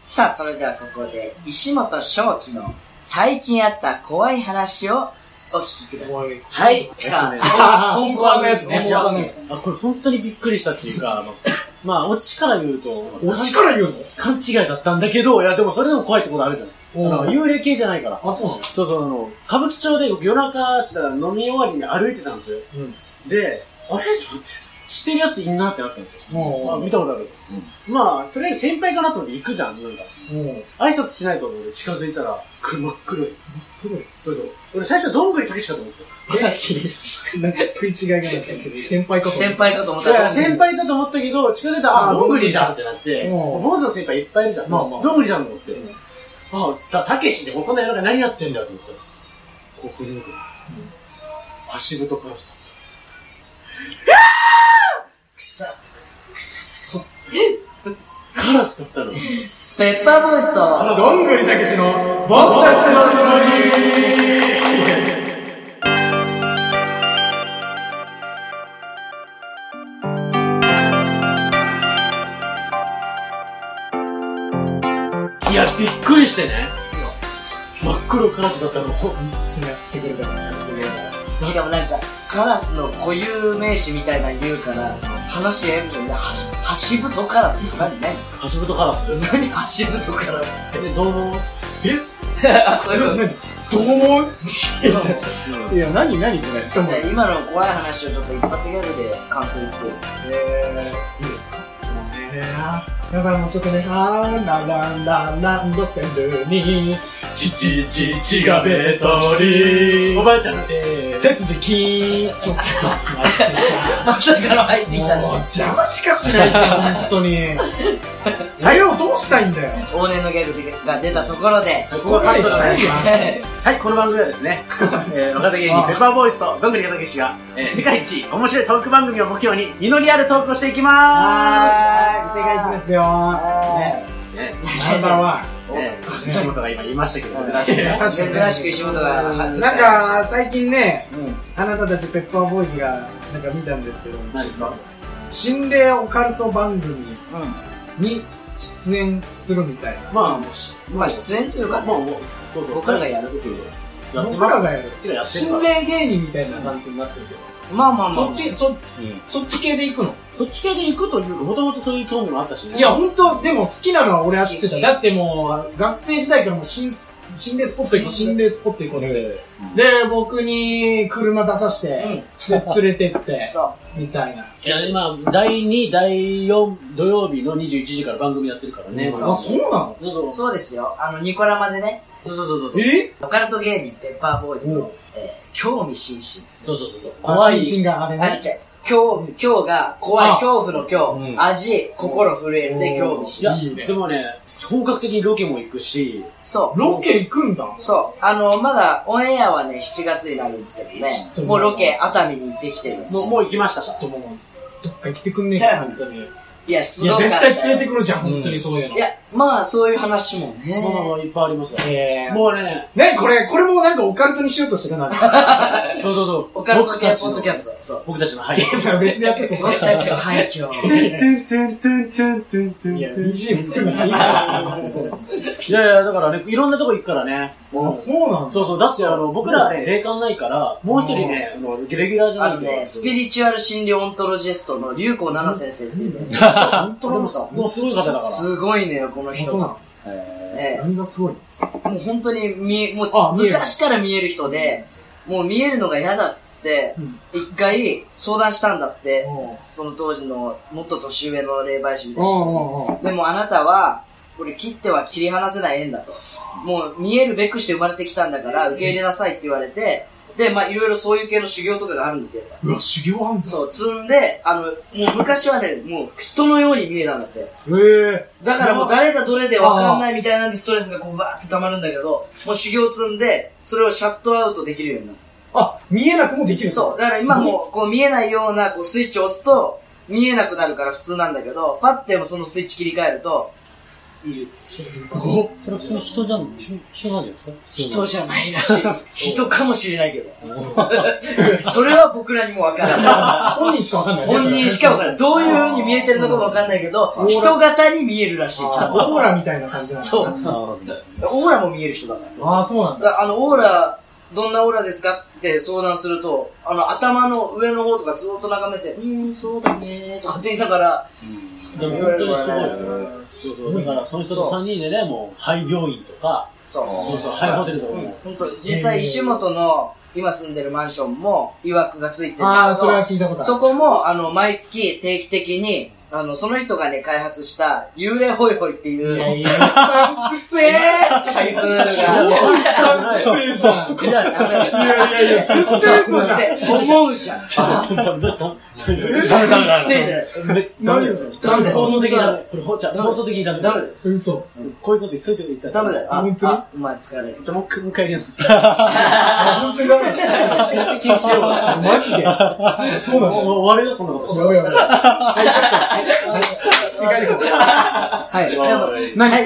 さあ、それではここで、石本正輝の最近あった怖い話をお聞きください。い。はい。じゃあ、あ本コアのやつね本コアのやつねあ、これ本当にびっくりしたっていうか、あの、まあ、オチから言うと、オチから言う勘違いだったんだけど、いや、でもそれでも怖いってことあるじゃん。あのの幽霊系じゃないから。あ、そうなのそうそう、あの、歌舞伎町で夜中、ちょっと飲み終わりに歩いてたんですよ。うんで、あれと思って、知ってるやついんなってなったんですよ。まあ、も見たことある。まあ、とりあえず先輩かなと思って行くじゃん、なんか。う、もう、挨拶しないと思って近づいたら、真っ黒い。黒い。そうそう。俺最初、どんぐりたけしかと思った。なんか食い違いがなんか先輩かと思った先輩かと思っいたやいやら、先輩だと思ったけど、近づいたら、あ、どんぐりじゃんってなって、うん坊主の先輩いっぱいいるじゃん。まあまあどんぐりじゃんと思って。うんあ、た、たけしってこんな夜中何やってんだよと思ったら、こう振り向くの。橋本からさ。カラスだったの。ペッパーボーイスと、どんぐりたけしの僕たちの祈りいや、びっくりしてね。真っ黒カラスだったの。つなってくるから、しかもなんか、カラスの固有名詞みたいなの言うから、話ええみたいな、はし、はしぶとカラスって何何橋本カラス。で、何はしぶとカラスどうも。って。あ、こういうことです。どう思うんういや、何何これ。どう思うで今の怖い話をちょっと一発ギャグで感想言って。えー、いいですかえー、やばい、もうちょっとね、あーラララランドセルに、ちちちちがべとりおばあちゃんだって。背筋キーンちょっと待ってさまさかの入ってきもうたね。邪魔しかしないじゃん、本 当に。対応どうしたいんだよ。往年のギャグが出たところで、ここはカイトじゃないですか。えはい、この番組はですね、えー、若手芸人ペッパーボーイスとどんぐりかたけしが、えー、世界一面白いトーク番組を目標に実りあるトークをしていきまはーい、正解ですよ。ーーす。ね、ナンバーワね、石本が今言いましたけ ど、はい珍しい ね。確かに珍しく石本が入ってン。きなたん、か、最近ね、うんあなたたちペッパーボーイズが、なんか見たんですけど、何ですか心霊オカルト番組うに出演するみたいな。まあ、もうし、ん。まあ出演というか、まあ、もう、そうそう僕らがやるっていう。やって僕ますらがやる。てかやってる心霊芸人みたいなから感感じになってるけど。まあまあまあ。じ。そっち、そ、うんそっち系で行くのそっち系で行くというか、もともとそういう興味もあったしね。いや、、本当でも好きなのは俺は知ってた。だってもう、学生時代からもう心、心霊スポット行こう、心霊スポット行こうって。で、僕に車出さしうて、ん。で、連れてって、そみたいな。いや今、第2、第4土曜日の21時から番組やってるからね。うんまあ、そうなのそう。うそうそうですよ。あの、ニコラマでね、そうそうそうそう。えオカルト芸人、ペッパーボーイズうの、えー興味津々。そうそうそうそう。怖い。心があれあっね。ちゃう。今日、今日が怖い、あ恐怖の今う日、ん味、心震えるうでん興味い津々。や、いいねでもね、本格的にロケも行くし、そロケ行くんだ。う。そう。あの、まだオンエアはね、7月になるんですけどねちょっと。ももううロケ、熱海に行ってきてるんですもう、もう行きましたちょっかともう、どっか行ってくんねえか、本当に。いや、すいごや、かっ絶た対よ。連れてくるじゃん、うん本当にそういうの。いや、まあ、そういう話もね。ら。まあまあまあ、いっぱいありますよ。えーもうね、ね、これ、これもなんかオカルトにしようとしてるな。そうそうそう。オカルト僕系ポたちッドのキャスト。そう。僕たちの、はい。さ別にやってそう俺た ちの廃墟。いや、BGM 作るのいいな。いやいや、だからね、いろんなとこ行くからね。あ、そうなんだ。そうそう、だってあの、そう僕らね、霊感ないから、もう一人ね、あの、レギュラーじゃあないのんでね、スピリチュアル心理オントロジストの龍光奈々先生っていうね。本でもさ、もうすごい方だから。すごいのよ、このそうな人。のええ何がすごいのえもう本当に見え、もうあ見える昔から見える人で、もう見えるのが嫌だっつってうん、一回相談したんだって、うんその当時のもっと年上の霊媒師みたいな。うんうん。でもあなたは、これ切っては切り離せない縁だと。もう見えるべくして生まれてきたんだから受け入れなさいって言われて、で、まあいろいろそういう系の修行とかがあるんだよ。うわ、修行あんだ。そう、積んで、あの、もう昔はね、もう人のように見えたんだって。ええ。だからもう誰がどれでわかんないみたいなんでストレスがこうバーって溜まるんだけど、もう修行積んで、それをシャットアウトできるようになる。あ、見えなくもできる。そう。だから今もうこう見えないようなこうスイッチを押すと、見えなくなるから普通なんだけど、パッてもそのスイッチ切り替えると、いる。すごっ。それ普通に人じゃん、人人なんじゃないですか普通の人じゃないらしいです。人かもしれないけど。それは僕らにもわからない。本人しかわかん ないね。本人しかわからない。どういう風に見えてるのかもわかんないけど、人型に見えるらしい。それオーラみたいな感じなんだ。そう。なるほど。オーラも見える人だから。ああ、そうなんだ。だあの、オーラ、どんなオーラですかって相談すると、あの、頭の上の方とかずっと眺めて、うーん、そうだねーとかって言いながら、でも本当にすごいよね。そうそう。だから、その人と3人でね、もう、廃病院とか、そう。そうそう、廃ホテルとかうんも、本当実際、石本の今住んでるマンションも、いわくがついててああ、それは聞いたことある。そこも、あの、毎月定期的に、あの、その人がね、開発した、幽霊ホイホイっていう、いや、うさんくせえ開発が、うさんくせえじゃん。いやいやいや、絶対嘘じゃん。思うじゃん。ダメだ、ダメダメダメだ規制じゃない。メ。何よ。ダメだ、放送的にダメ。これ、ほちゃ放送的にダメ。ダメだよ。嘘。こういうことについて言ったらダメだよ。あ本当にあお前疲れる。じゃあもう一回、もう一回やります。本当にダメだ。禁止よ。マジで。そうなもうの終わるよ、そんなことしたら。おいおいおい。はい。でも何い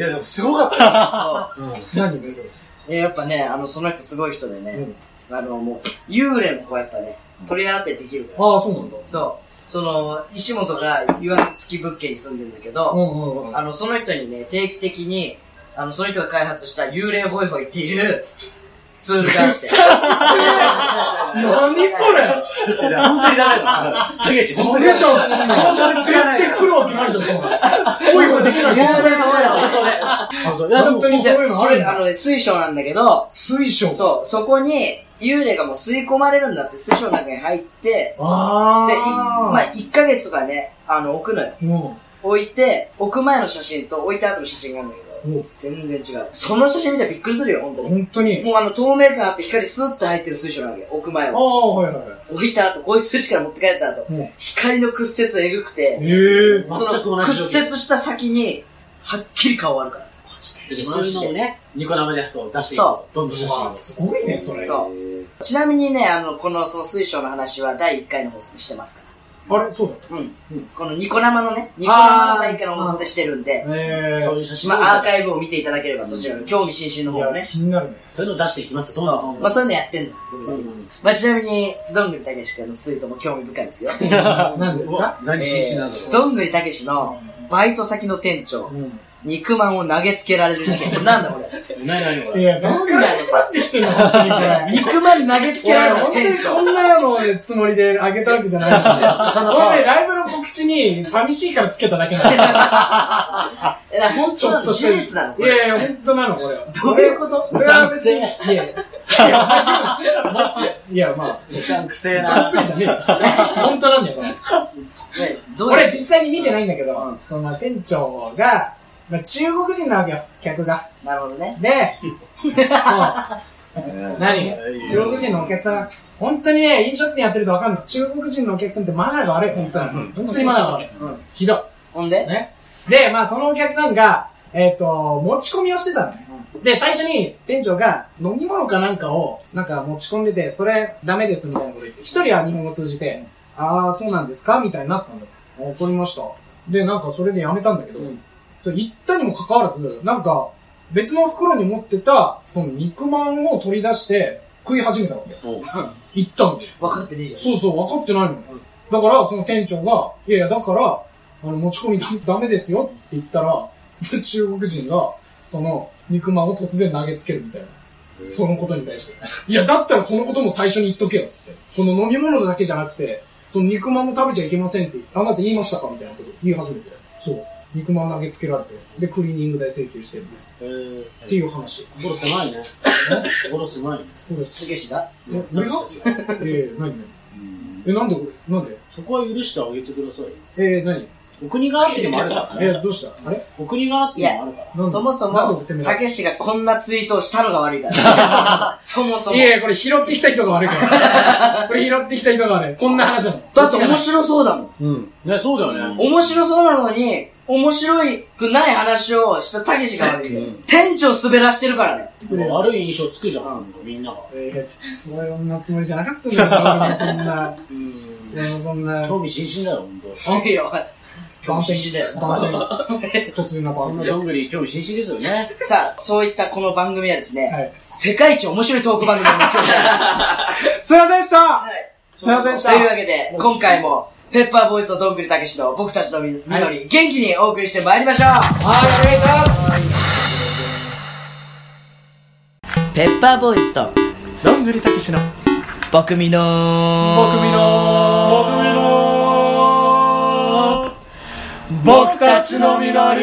や、でもすごかった。そ何ね、それ。うえやっぱね、あの、その人すごい人でね、あの、もう、幽霊もこうやっぱね、取り払ってできるから。ああ、そうなんだ。そう。その、石本がいわく付き物件に住んでるんだけど、うんうんうん。あの、その人にね、定期的に、あの、その人が開発した幽霊ホイホイっていうツールがあって。何それ本当にダメだ。たけし、本当俺にじゃん、そんなの。絶対来るわけないじゃん、そんなの。おいおいで きないけど。幽霊ホイホイ、それ。いや、で本も、当にそういうのあそるんれ、あだ。のね、水晶なんだけど、水晶。そう、そこに幽霊がもう吸い込まれるんだって、水晶の中に入って、あで、いあ。まあ、1ヶ月とかね、あの、置くのよ。も置いて、置く前の写真と置いた後の写真があるんだけおど、全然違う。その写真見たらびっくりするよ、本当う、に。本当に。もうあの、透明感あって光スーッと入ってる水晶なわけ、置く前あは。あ、はいはいはい。置いた後、こいつ家から持って帰った後うん、光の屈折えぐくて、ええ。全そのく同じ状況屈折した先に、はっきり顔あるから。そういうのをね、ニコ生でそう出していくそどんどん写真を。すごいね、それ。そう。ちなみにね、あの、この、その水晶の話は第1回の放送でしてますかあれ、そうだっら。うんうん。このニコ生のね、ニコ生の第1回の放送でしてるんで、た。えそういう写真をまあ、アーカイブを見ていただければ、そちらの興味津々の方え。いをや、ね。気にな るね。そういうのを出していきますよ、どんどんどそんう。どん。まあ、そういうのやってんだ。うんまあ、ちなみに、どんぐりたけし君のツイートも興味深いですよ。 何ですうかわ何紳士なんだろう。どんぐりたけしの、バイト先の店長、うん。肉まんを投げつけられる事件。なんだこ れ。何何こいれ。や、どんぐらい腐ってきてんの、本当にこれ。肉まん投げつけら俺、れる本当に店こ 長。んなのつもりであげたわけじゃないんで。俺、ライブの告知に寂しいからつけただけなの。え、な本ち当ょなっのと事実なのこいれ。やいや、本当なの、これは。どういうことうさんくせえ。いやいや、いや、まうさんくせえあ、さな。すがじゃねえよ。本当なんだよ、これ。ねどういう俺実際に見てないんだけど、その店長が、まあ、中国人なわけよ、客が。なるほどね。で、そう何いい中よ国人のお客さん、本当にね、飲食店やってるとわかんない。中国人のお客さんってマナーが悪い、本当に。本当にマナーが悪い。うんひどほんい。でね。で、まあそのお客さんが、えっ、と、持ち込みをしてたのね。で、最初に店長が飲み物かなんかを、なんか持ち込んでて、それダメですみたいなこと言って、一人は日本語通じて、あー、そうなんですかみたいになったんだよ。怒りました。で、なんかそれでやめたんだけど、うんそれ言ったにもかかわらず、なんか、別の袋に持ってた、その肉まんを取り出して、食い始めたわけ。おう言ったんだよ。分かってねえじゃん。そうそう、分かってないの。だから、その店長が、いやいや、だから、あの、持ち込み ダダメですよって言ったら、 中国人が、その、肉まんを突然投げつけるみたいな。そのことに対して。いや、だったらそのことも最初に言っとけよ、つって。この飲み物だけじゃなくて、その肉まんも食べちゃいけませんって、あなた言いましたかみたいなこと言い始めて。そう。肉まん投げつけられて、で、クリーニング代請求してる。えーっていう話。心狭いね。心狭いね。そうです。たけしがえ、どう何しがた違うえー、何何え、なんでこれなんでそこは許してあげてくださいよ。えー、何お国があってでもあるからえね。ー、どうしたあれお国があってでもあるから。なんでそもそなんでも俺責め、たたけしがこんなツイートをしたのが悪い から。そもそもい。やいや、これ拾ってきた人が悪いから。これ拾ってきた人が悪い。こんな話なの。だって面白そうだもん。うん。ね、そうだよね。面白そうなのに、面白くない話をしたたけしが悪いようん。店長滑らしてるからね。悪い印象つくじゃん、みんなが。えー、ちょっとそういうつもりじゃなかったんだよ、そんな。うん。でもそんな。 興味津々だよ、ほんと。いや、興味津々だよな。番宣。突然の番そんな宣。 どんぐり興味津々ですよね。さあ、そういったこの番組はですね、はい。世界一面白いトーク番組になってますすいませんでしたはい。 すいませんでしたというわけで、今回も、ペッパーボーイズとどんぐりたけしの僕たちのみ、みのり、元気にお送りしてまいりましょうはい、お願いしますペッパーボーイズと、どんぐりたけしの。僕みの僕みの僕の僕たちのみのりは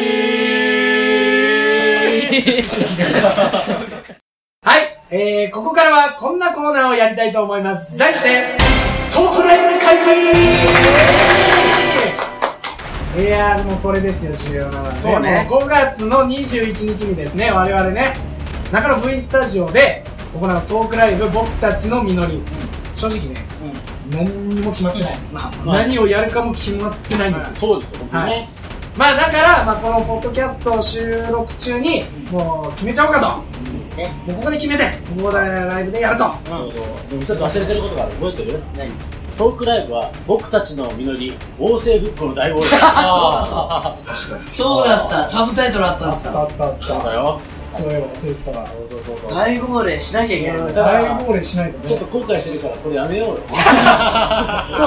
い、えー、ここからはこんなコーナーをやりたいと思います。題して、トークライブ開会いやー、もうこれですよ、重要なのはね。そうねも5月の21日にですね、我々ね、中野 V スタジオで行うトークライブ、僕たちの実り。正直ね、何にも決まってない。まあ、何をやるかも決まってないんですよそうですよ、本当にね。まあだから、まあ、このポッドキャスト収録中に、もう決めちゃおうかと。いいですね。もうここで決めて、ここでライブでやると。そうそう。でも一つ忘れてることがある。覚えてるトークライブは僕たちの実り、王政復興の大暴 力。ああ、そうだった。サブタイトルあったあった。あったあっそうだ。よ。そういえば忘れてたわ。そうそうそうそう。大号令しなきゃいけない。だから大号令しないとね。ちょっと後悔してるから、これやめようそよ。う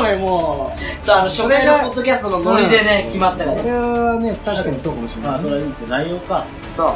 ね、もさあ、あの、初回それがのポッドキャストのノリでね、決まったう、かそら。れはね、確かにそうかもしれまなあ、い。それはいいんですよ。内容か。そ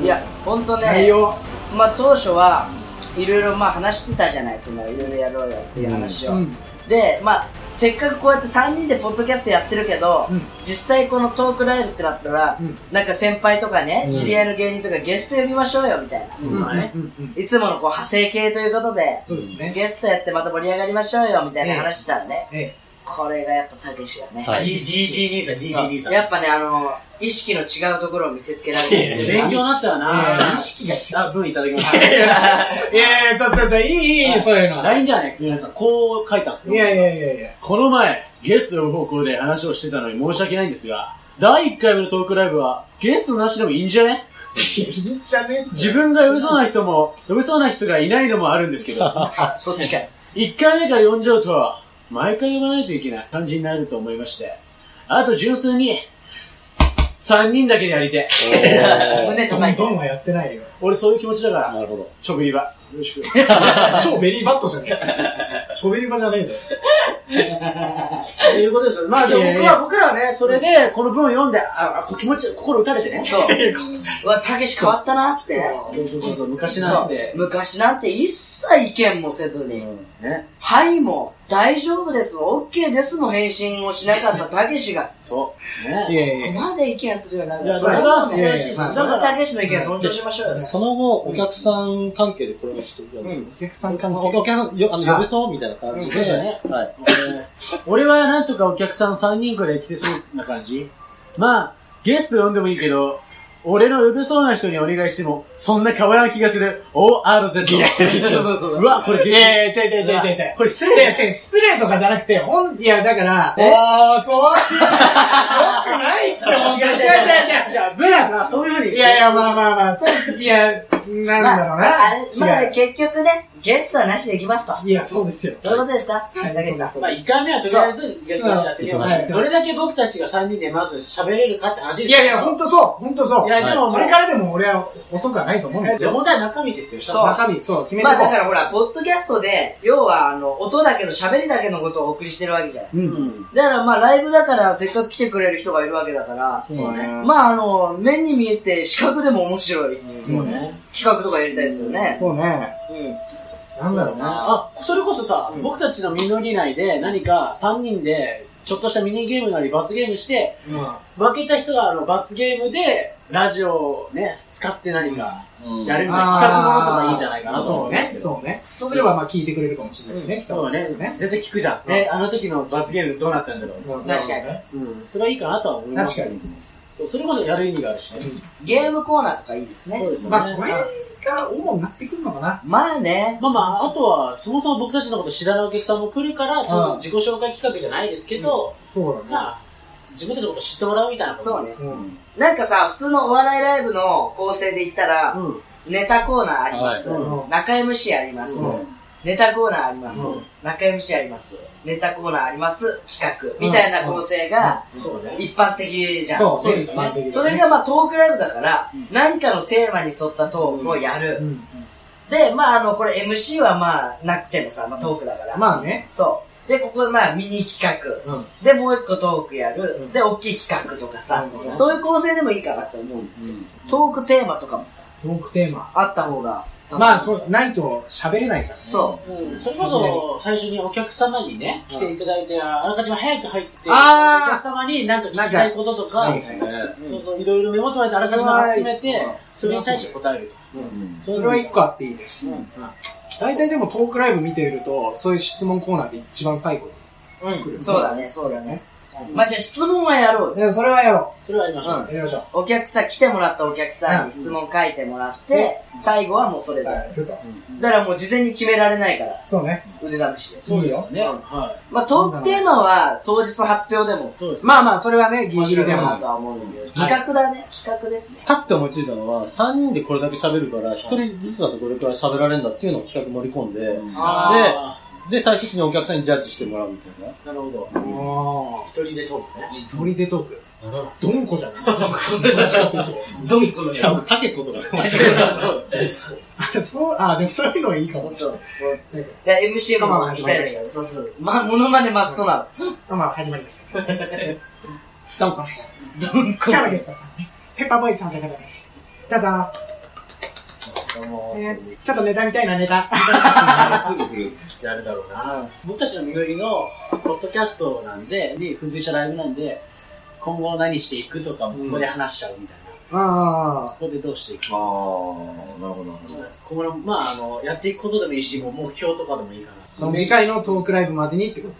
う。いや、ほんとね、内容。まあ当初はいろいろまあ話してたじゃないそのいろいろやろうよっていう話を、うん。でまあせっかくこうやって3人でポッドキャストやってるけど、うん実際このトークライブってなったら、うんなんか先輩とかね、うん知り合いの芸人とかゲスト呼びましょうよみたいな、うん。まあね。うんうんいつものこう派生系ということでそうですね。ゲストやってまた盛り上がりましょうよみたいなええ話したらね、ええ。これがやっぱたけしがね、はい DD 兄さん、さあ DD 兄さん。やっぱねあの意識の違うところを見せつけられてるっていうか勉強になったよな。意識が違あ、文いただきました。う。いやいや、ちょっと、ちょ、いい、いい、そういうのは。 LINE じゃね、皆さん、こう書いたんですいよ。やいやいやいや。この前、ゲストの方向で話をしてたのに申し訳ないんですが、第1回目のトークライブは、ゲストなしでもいいんじゃねいいんじゃね自分が呼びそうな人も、呼びそうな人がいないのもあるんですけど、 そっちか1回目から呼んじゃうと、毎回呼ばないといけない感じになると思いまして、あと純粋に、3人だけでやりてえ。胸どん叩いどんてはやってないよ。俺そういう気持ちだから、なるほど。ちょぶりば。よろしく。超ベリーバットじゃねえ。超ベリーバじゃねえんだよ。ということです。まあでもいやい僕やは、僕らはね、それで、この文を読んで、あ、あこう気持ち、心打たれてね。そううわたけし変わったなってそうそうそうそう、昔なんてそう。昔なんて一切意見もせずに、ね。はいも、大丈夫です、OK ですの返信をしなかったたけしが、そう。ね。いやいこやこいや。まで意見するようになるいやそれだからは素晴らしいです。いやいやそれはたけしの意見尊重しましょうよ。その後、お客さん関係でこれもちょっと、うんお客さん関お係。客さん、よあの、呼べそうみたいな感じで、うんそうだねはい。俺はなんとかお客さん3人くらい来てそうな感じ。まあ、ゲスト呼んでもいいけど、俺の呼べそうな人にお願いしても、そんな変わらん気がする。ORZ。うわ、これいゲやいや、違う違う違う違う違う。これ失 違う礼。違う、失礼とかじゃなくて、ほん、いや、だから、お ー、そう、よくないって思って、違う違う違う、ブラあ、そういうふうに。いやいや、まあまあまあ、そう、いや、なんだろうまあ、あれ、まな。あ違う。結局ね、ゲストはなしでいきますと。いや、そうですよ。どういうことですかはいたけしさん。そうまあ、1回目はとりあえずゲストにやってみようそうはいどれだけ僕たちが3人でまず喋れるかって話ですいやいや、ほんとそう、ほんとそう。いやでもそれからでも俺は遅くはないと思うんだいやよ。問題は中身ですよ、そう中身、そう、決めてまこあだかう。らほら、ポッドキャストで、要はあの、音だけの喋りだけのことをお送りしてるわけじゃない。うん。だからまあライブだからせっかく来てくれる人がいるわけだから、そうね。まああの、目に見えて視覚でも面白いそうね。企画とかやりたいですよね。そうね。うん。なんだろうな。あ、それこそさ、僕たちの実り内で何か3人で、ちょっとしたミニゲームなり罰ゲームして、負けた人があの罰ゲームで、ラジオをね、使って何かやるみたいな企画ものとかいいんじゃないかなと思そううんでねす、けど。そうね。そうすればまあ聞いてくれるかもしれないしね、人そうもだね。。絶対聞くじゃん。え、あの時の罰ゲームどうなったんだろう。確確かに。うん。それはいいかなとは思います。確かに。そう、それこそやる意味があるしね。ゲームコーナーとかいいですそうね。ですよね。まあ、それが主になってくるのかな。まあね。まあまあ、あとは、そもそも僕たちのこと知らないお客さんも来るから、ちょうっんと自己紹介企画じゃないですけど、そうだね。まあ、自分たちのこと知ってもらうみたいなこと。そうね。うん。なんかさ、普通のお笑いライブの構成で言ったら、うん。ネタコーナーありますは。い中 MC ありますうん。ネタコーナーありますうん。仲良しあります。ネタコーナーあります。企画。みたいな構成がそうね。一般的じゃん。そう、そうですね。それがまあトークライブだから、何かのテーマに沿ったトークをやる。で、まああの、これ MC はまあなくてもさ、まあトークだから。まあね。そう。で、ここまあミニ企画。うん。で、もう一個トークやる。うんで、大きい企画とかさ、うんそういう構成でもいいかなって思うんですよ。トークテーマとかもさ、トークテーマ。あった方が。まあ、そう、ないと喋れないからね。そう。うん、それこそ、最初にお客様にね、来ていただいて、あらかじめ早く入って、あーお客様になんか聞きたいこととか、なんかそうそう、いろいろメモ取られて、あらかじめ集めて、そそれれには対して答えるそれは一個あっていいです。うん。大体でもトークライブ見てると、そういう質問コーナーで一番最後にうん、そうだね、そうだね。まあ、じゃあ質問はやろうよ。いやそれはやろと。それはありました。うんう。やりましょお客さん、来てもらったお客さんに質問書いてもらって、最後はもうそれう。だよ。い。ちょっとだからもう事前に決められないから、そうね。腕試しで。そうよ。ね。はい。まあ、トークテーマは当日発表でも、そうです。まあまあ、それはね、ギリギリかでなもと。は思うんだけど、企画だね、企画ですね。パッて思いついたのは、3人でこれだけ喋るから、1人ずつだとどれくらい喋られるんだっていうのを企画盛り込んで、あで、最終的にお客さんにジャッジしてもらうみたいな。ーなるほど。ああ。一人でトークね。一人でトーク。ドンコじゃないどっちかっていうドンコのやタケコとか。と。 そう、あ、でもそういうのはいいかも。そう。なんかで MC まあまもあ来たりしてそうそう。ま、モノマネマストなあまあ、始まりま した。ドンコの部屋。の。ドンコ今日のゲストさんね、ペッパーボーイズさんという方で、どうぞ。えーちょっとネタみたいなネタ。やるだろうな。僕たちの実りの、ポッドキャストなんで、に、付随したライブなんで、今後何していくとかもここで話しちゃうみたいな。ああ。ここでどうしていくあー、なるほどなるほど。ここの、まあ、あの、やっていくことでもいいし、もう目標とかでもいいかな。その次回のトークライブまでにってこと。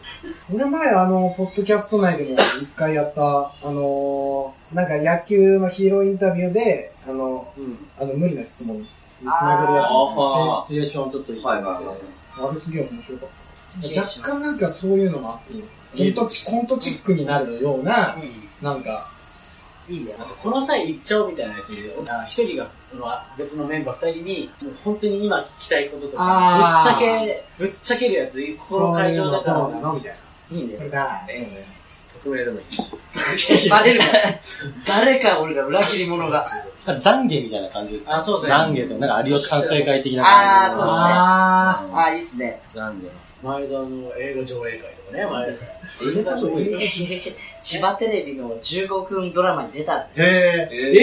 俺前あの、ポッドキャスト内でも一回やった、あのー、なんか野球のヒーローインタビューで、あの、あの無理な質問につなげるやつ。シチュエーションちょっといい。はいはいはい。あれすげえ面白かった。若干なんかそういうのもあっていいのコントチ、コントチックになるような、なんか、いいね。あと、この際行っちゃおうみたいなやつで、あ一人が、まあ別のメンバー二人に、もう本当に今聞きたいこととかあ、ぶっーちゃけ、ぶっちゃけるやつ、この会場だかこういうのどうなら、のみたいな。いいねこ。れだ。匿名でもいい し。バレるから誰か俺ら裏切り者が。懺悔みたいな感じですね。あそうですね懺悔とか、なんか有吉反省会的なあ感あ、じそうで。ですね。あああ、いいっすね。 懺前田の映画上映会とかね、前田。悔。映画上映千葉テレビの15分ドラマに出たって。へえ。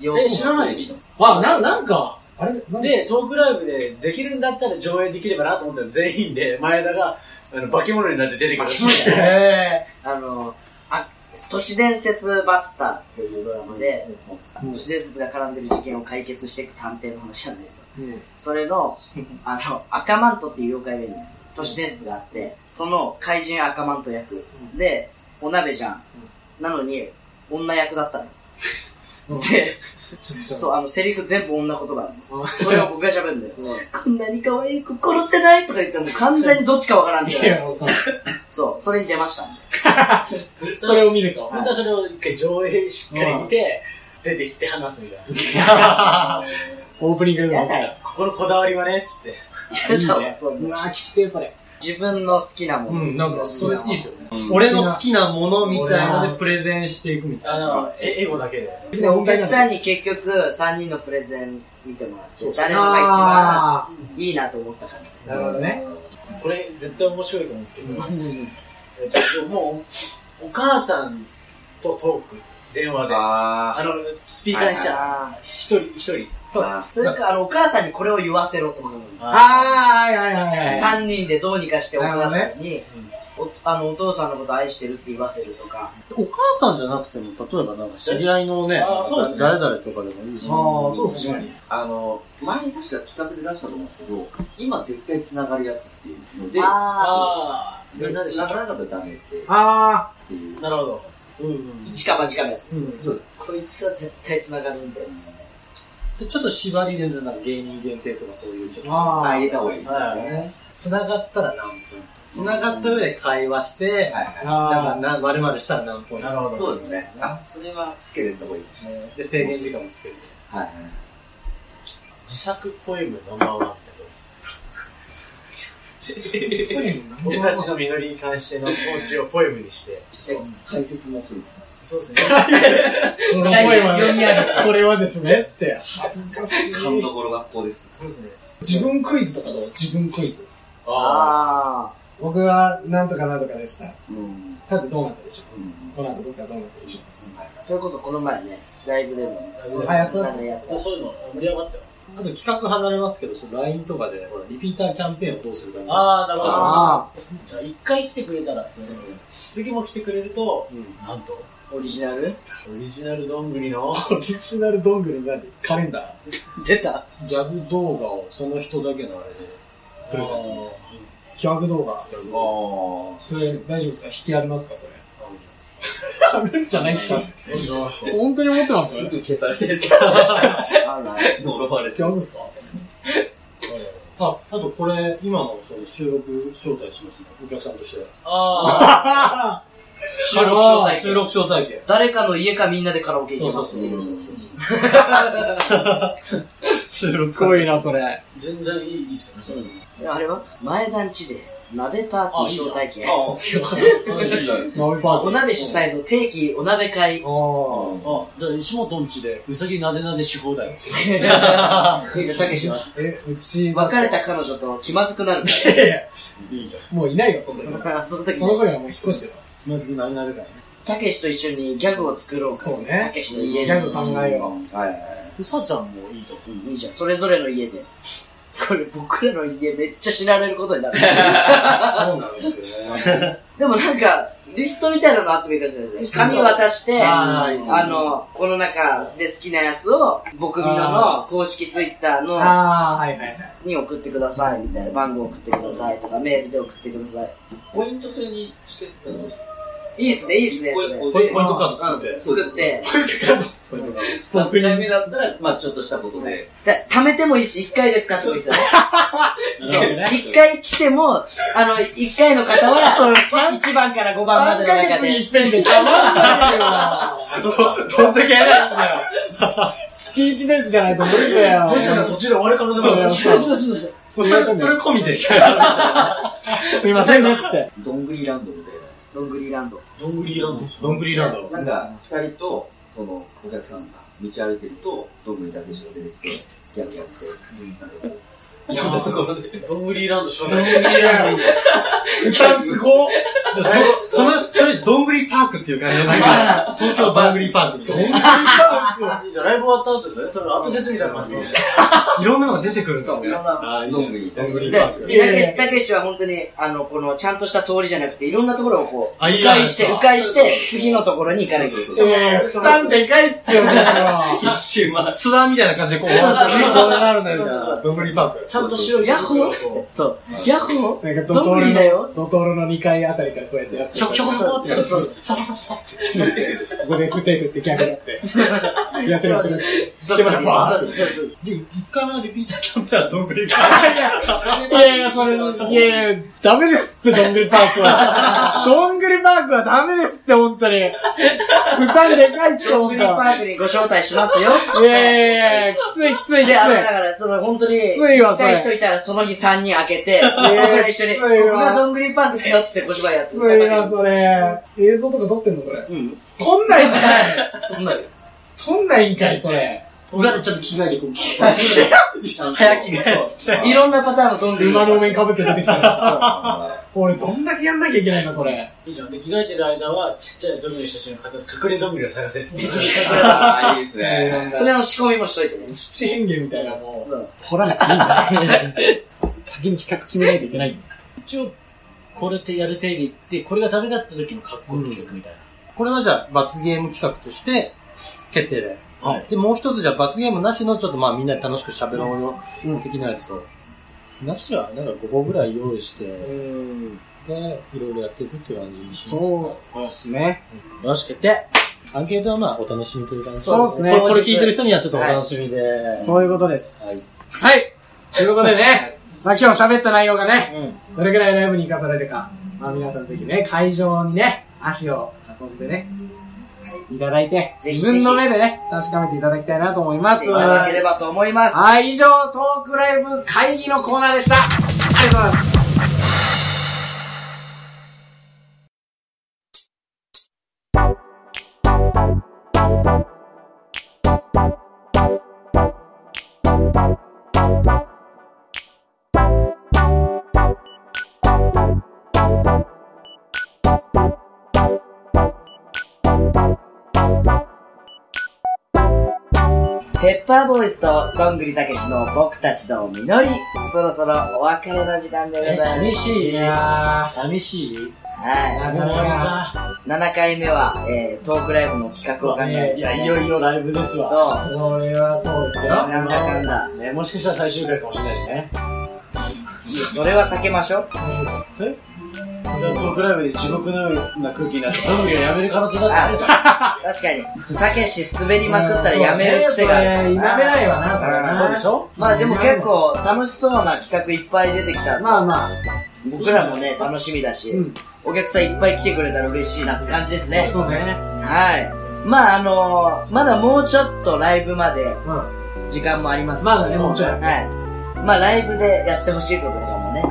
えよえ、知らないあ、な、なんか、あれなんで、で、トークライブでできるんだったら上映できればなと思ったら全員で、前田が、あの、化け物になって出てくるらしい。へあの、あ、都市伝説バスターっていうドラマで、うん都市伝説が絡んでる事件を解決していく探偵の話なんだけど、え。それの、あの、赤マントっていう妖怪がいるのよ都市伝説があって、その怪人赤マント役。で、お鍋じゃん。なのに、女役だったの。うんで、そ。そうう、あの、セリフ全部女言葉なの。それを僕が喋るんだよ。こんなに可愛い子殺せないとか言ってもう完全にどっちかわからんいじゃん。や、わかんない。そう、それに出ましたんで。それを見ると。本当はそれを一回上映しっかり見て、出てきて話すみたいな。オープニングやが。だよ。ここのこだわりはね、つって。いいやだわね。 そんうなわ聞きてえ、それ。自分の好きなもの。うん、なんか、それいいですよね。ー俺の好きなものみたいのでプレゼンしていくみたいあの、えエゴだけで。で、お客さんに結局3人のプレゼン見てもらって、誰のが一番あいいなと思ったから。ーなるほどね。これ絶対面白いと思うんですけど、えっと、もう、お母さんとトーク、電話で。ああの、スピーカーにして、あ一人、一人。あ。それか、あの、お母さんにこれを言わせろと思う。あー、はいはいはいはい。 3人でどうにかしてお母さんに、おあの、お父さんのこと愛してるって言わせるとか。な。お母さんじゃなくても、例えばなんか知り合いのね、あそうですね誰々とかでもいいし。ああ、そう確かに。あの、前に確か企画で出したと思うんですけど、今絶対繋がるやつっていうので、ああみんなで繋がらなかったらダメってっあていうあ、。なるほど。うんうんあ、。一か八かのやつです。そうです。こいつは絶対繋がるんだよ。でちょっと縛りで、なんか芸人限定とかそういう、ちょっー、と。ああ入れた方がいい。はいはい繋がったら何ポイント繋がった上で会話して、はい。なあんか、まるまるしたら何ポインなトるほど。そうですね。あ、それはつけてった方がいい。で、制限時間もつけて。はい。自作ポエムナンバーワンってどうです僕たちの実りに関しての統治をポエムにして。解説もする。そうですね。この声は、これはですね、つって、恥ずかしい。勘どころ学校です。そうですね。自分クイズとかどう自分クイズ。ああ僕は、なんとかなんとかでした。うん。さて、どうなったでしょう。うんこの後僕はどうなったでしょあ、それこそこの前ね、ライブでも、あそううあ、やっぱなんかやっそういうの盛り上がったよ。あと企画離れますけど、その LINE とかで、ほら、リピーターキャンペーンをどうするかみたいな。ああ、なるほど。あじゃあ、一回来てくれたら、それ次も来てくれると、なんと、ぱオリジナルあ。オリジナルどんぐりの。あ、オリジナルどんぐり何カレンダ出たギャグ動画をその人だけのあれで、プレゼントのー企画動画。ギャグをあそれ、大丈夫ですか引きありますか それ。あるんじゃないですか本当に思ってまあ。すすギぐ消されてる。あるあ呪われてる。ャグですかあ、あとこれ、今のその収録招待しましたね。お客さんとして。あ収録招待券収録招待券。誰かの家かみんなでカラオケ行きますそうそうすごいな、それ。全然いいですよね、それあれは前団地で鍋パーティー招待券。鍋パーおティー。鍋主催の定期お鍋会。ああ。あ、じゃあ、石本んちで、うさぎなでなでし放題。いいじゃんたけしは。え、うち、別れた彼女と気まずくなるかもういないよ、その時。ら。 その時その頃にはもう引っ越してた。気まずくなるなるからね。たけしと一緒にギャグを作ろうか。そうねたけしのギ家でャ。グ考えよはいはうさちゃんもいいと思う。いいじゃん、それぞれの家で。 これ僕らの家めっちゃ知られることになる。 そうなんですよね。でもなんか、リストみたいなのあってもいいかもしれないですね。紙渡して、ああーいいですねの、この中で好きなやつを、僕みのの公式ツイッターう。のああ、はいはいはい。に送ってくださいみたいな。番号送ってくださいとか、メールで送ってください。ポイント制にしてたのいいっすね、いいっすね、それ。ポイポイントカード作っうんて。作って、ポイントカード。 3回目だったら、まあちょっとしたことで。だ貯めてもいいし、一回で使ってもいいですよ。一一回来ても、あの、一回の方は、一番から五番まで3のヶ中月で。に一遍でたまんないよ。どんだけ偉いんだよ。月1ベースじゃないと無理だよ。もしかしたら途中で終わる可能性もある。そうそれ、それ込みで。すいませんね、つって。どんぐりランドみたいな。どんぐりランド。どんぐりランド。どんぐりランド。なんか、二人と、その、お客さんが道歩いてると、どんぐりだけしか出てきて、ギャグやって、そんなところで。どんぐりランド招どんぐ待。りランド。歌すごっその、その、それ、どんぐりパークっていう感じじゃない東京どんぐりパークみたいな。じゃあ、ライブ終わった後ですよね。それ後説みたいな感じで。いろんなのが出てくるんですそう、いねろん。あーな、いいどじんゃぐんりどんぐりで、パたーク。いやいけやし、たけしは本当に、あの、この、ちゃんとした通りじゃなくて、いろんなところをこう、あ、いい迂じゃない回でしすて、か迂回して、次のところに行かなきゃいけない。えー、負担でかいっすよ、ね。一周回る。ツアーみたいな感じでこう、そうなるんだよみたいな。どんぐりパーク。ちゃんと白いヤッホー手袋をこそう。ヤッホーなんかドどトんーぐルりだよの、ドトールの2階あたりからこうやってやって、ひょここひょこひょこってやつ。こでふてふて逆だって。やってるやってるやってどでまたバーそうそうそう。で、1回目のリピーターキャンペーンはどんぐりパーる。いやいや、それ、いやいや、ダメですって、どんぐりパークは。どんぐりパークはダメですって、本当に。負担でかいって思グっリーンパた。ークにご招待しますよ。いやいやいや、きついきついきつい。で、あの、だから、その、本当に、きついわ行きたい人いたら、その日3人開けて、僕ら一緒に、きこついわこがどんぐりパークだよっつって小芝居やつ。すいな、それ。映像とか撮ってんの、それ。うん。撮んないんかいそんなよ撮んないんかい、それ。ク。裏でちょっと着替えてこう。早着替えして。いろんなパターンのどんぐり。馬のお面被って出てきた。あ俺、どんだけやんなきゃいけないの、それ。ういいじゃん。で、着替えてる間は、ちっちゃいどんぐりした人の方隠れどんぐりを探せ。あ、いいですえーね。なんそかれの仕込みもしといてね。七変化みたいな、もうんう、掘らなくていいんだ。 先に企画決めないといけないんだ。一応、これってやる定義って、これがダメだった時の格好の曲みたいな。これはじゃあ、罰ゲーム企画として、決定で。はで、もう一つじゃあ、罰ゲームなしの、ちょっとまあ、みんなで楽しく喋ろうよ、うん的なやつと。なしは、なんか5個ぐらい用意して、うん。で、いろいろやっていくっていう感じにします。そうですね。よし、決定アンケートはまあ、お楽しみという感じそうですねこれこれ聞いてる人にはちょっとお楽しみで。そういうことです。はい。ということでね、まあ今日喋った内容がね、どれくらいライブに活かされるか、まあ皆さんぜひね、会場にね、足を運んでね、いただいて、ぜひ自ぜひ分の目でね、確かめていただきたいなと思いま来てす。いただければと思います。はい、以上、トークライブ会議のコーナーでした。ありがとうございます。ペッパーボーイズとどんぐりたけしの僕たちの実り、そろそろお別れの時間でございます。しいや寂しいは終わりだい。7回目は、えー、トークライブの企画を考えいて、や、いよいよライブですわ。そう。これはそうですよ。なんだかんだ。ね、もしかしたら最終回かもしれないしね。それは避けましょう。トークライブで地獄のような空気になって、どんぐりがやめる可能性だってあるじゃん。確かに。たけし滑りまくったらやめる癖がある。うんそうねやめないわな、それはな。そうでしょまあでも結構楽しそうな企画いっぱい出てきたんで。まあまあ、僕らもね、楽しみだし、うんお客さんいっぱい来てくれたら嬉しいなって感じですね。そうね。はい。まああのーまだもうちょっとライブまでうん。時間もありますし。まだね、もちろん。はい。まあライブでやってほしいこととかもね、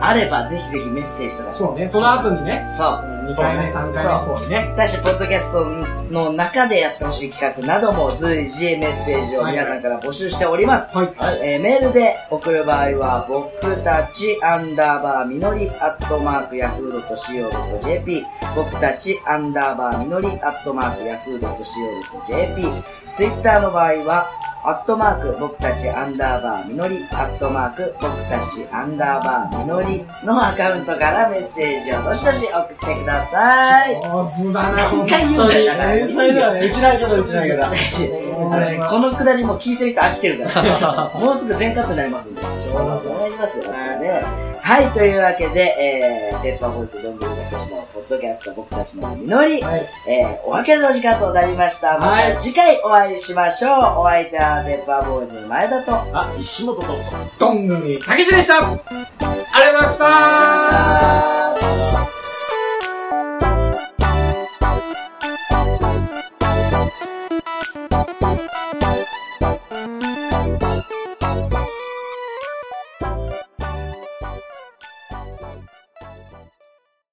あればぜひぜひメッセージとか。そうね、その後にね、そう。 2回目、3回目以降にね。だし、ポッドキャストの中でやってほしい企画なども随時メッセージを皆さんから募集しております。はい。えーメールで送る場合は、僕たちアンダーバーみのりアットマークヤフー .co.jp、僕たちアンダーバーみのりアットマークヤフー .co.jp、ツイッターの場合は、アットマーク僕たちアンダーバーみのり、アットマーク僕たちアンダーバーみのりのアカウントからメッセージをどしどし送ってください。上手だな、何回言うんだよだから天才だよね。うちない方、うちない方。これこのくだりもう聞いてる人飽きてるから、もうすぐ全カットになりますんで。そうなりますよ。ねはい、というわけで、えー、ペッパーボーイズどんぶりたけしのポッドキャスト僕たちの実り、はいえー、お別れの時間となりました。まはた次回お会いしましょう。お相手はペッパーボーイズの前田と、あ、石本と。どんぐりたけしでしたありがとうございました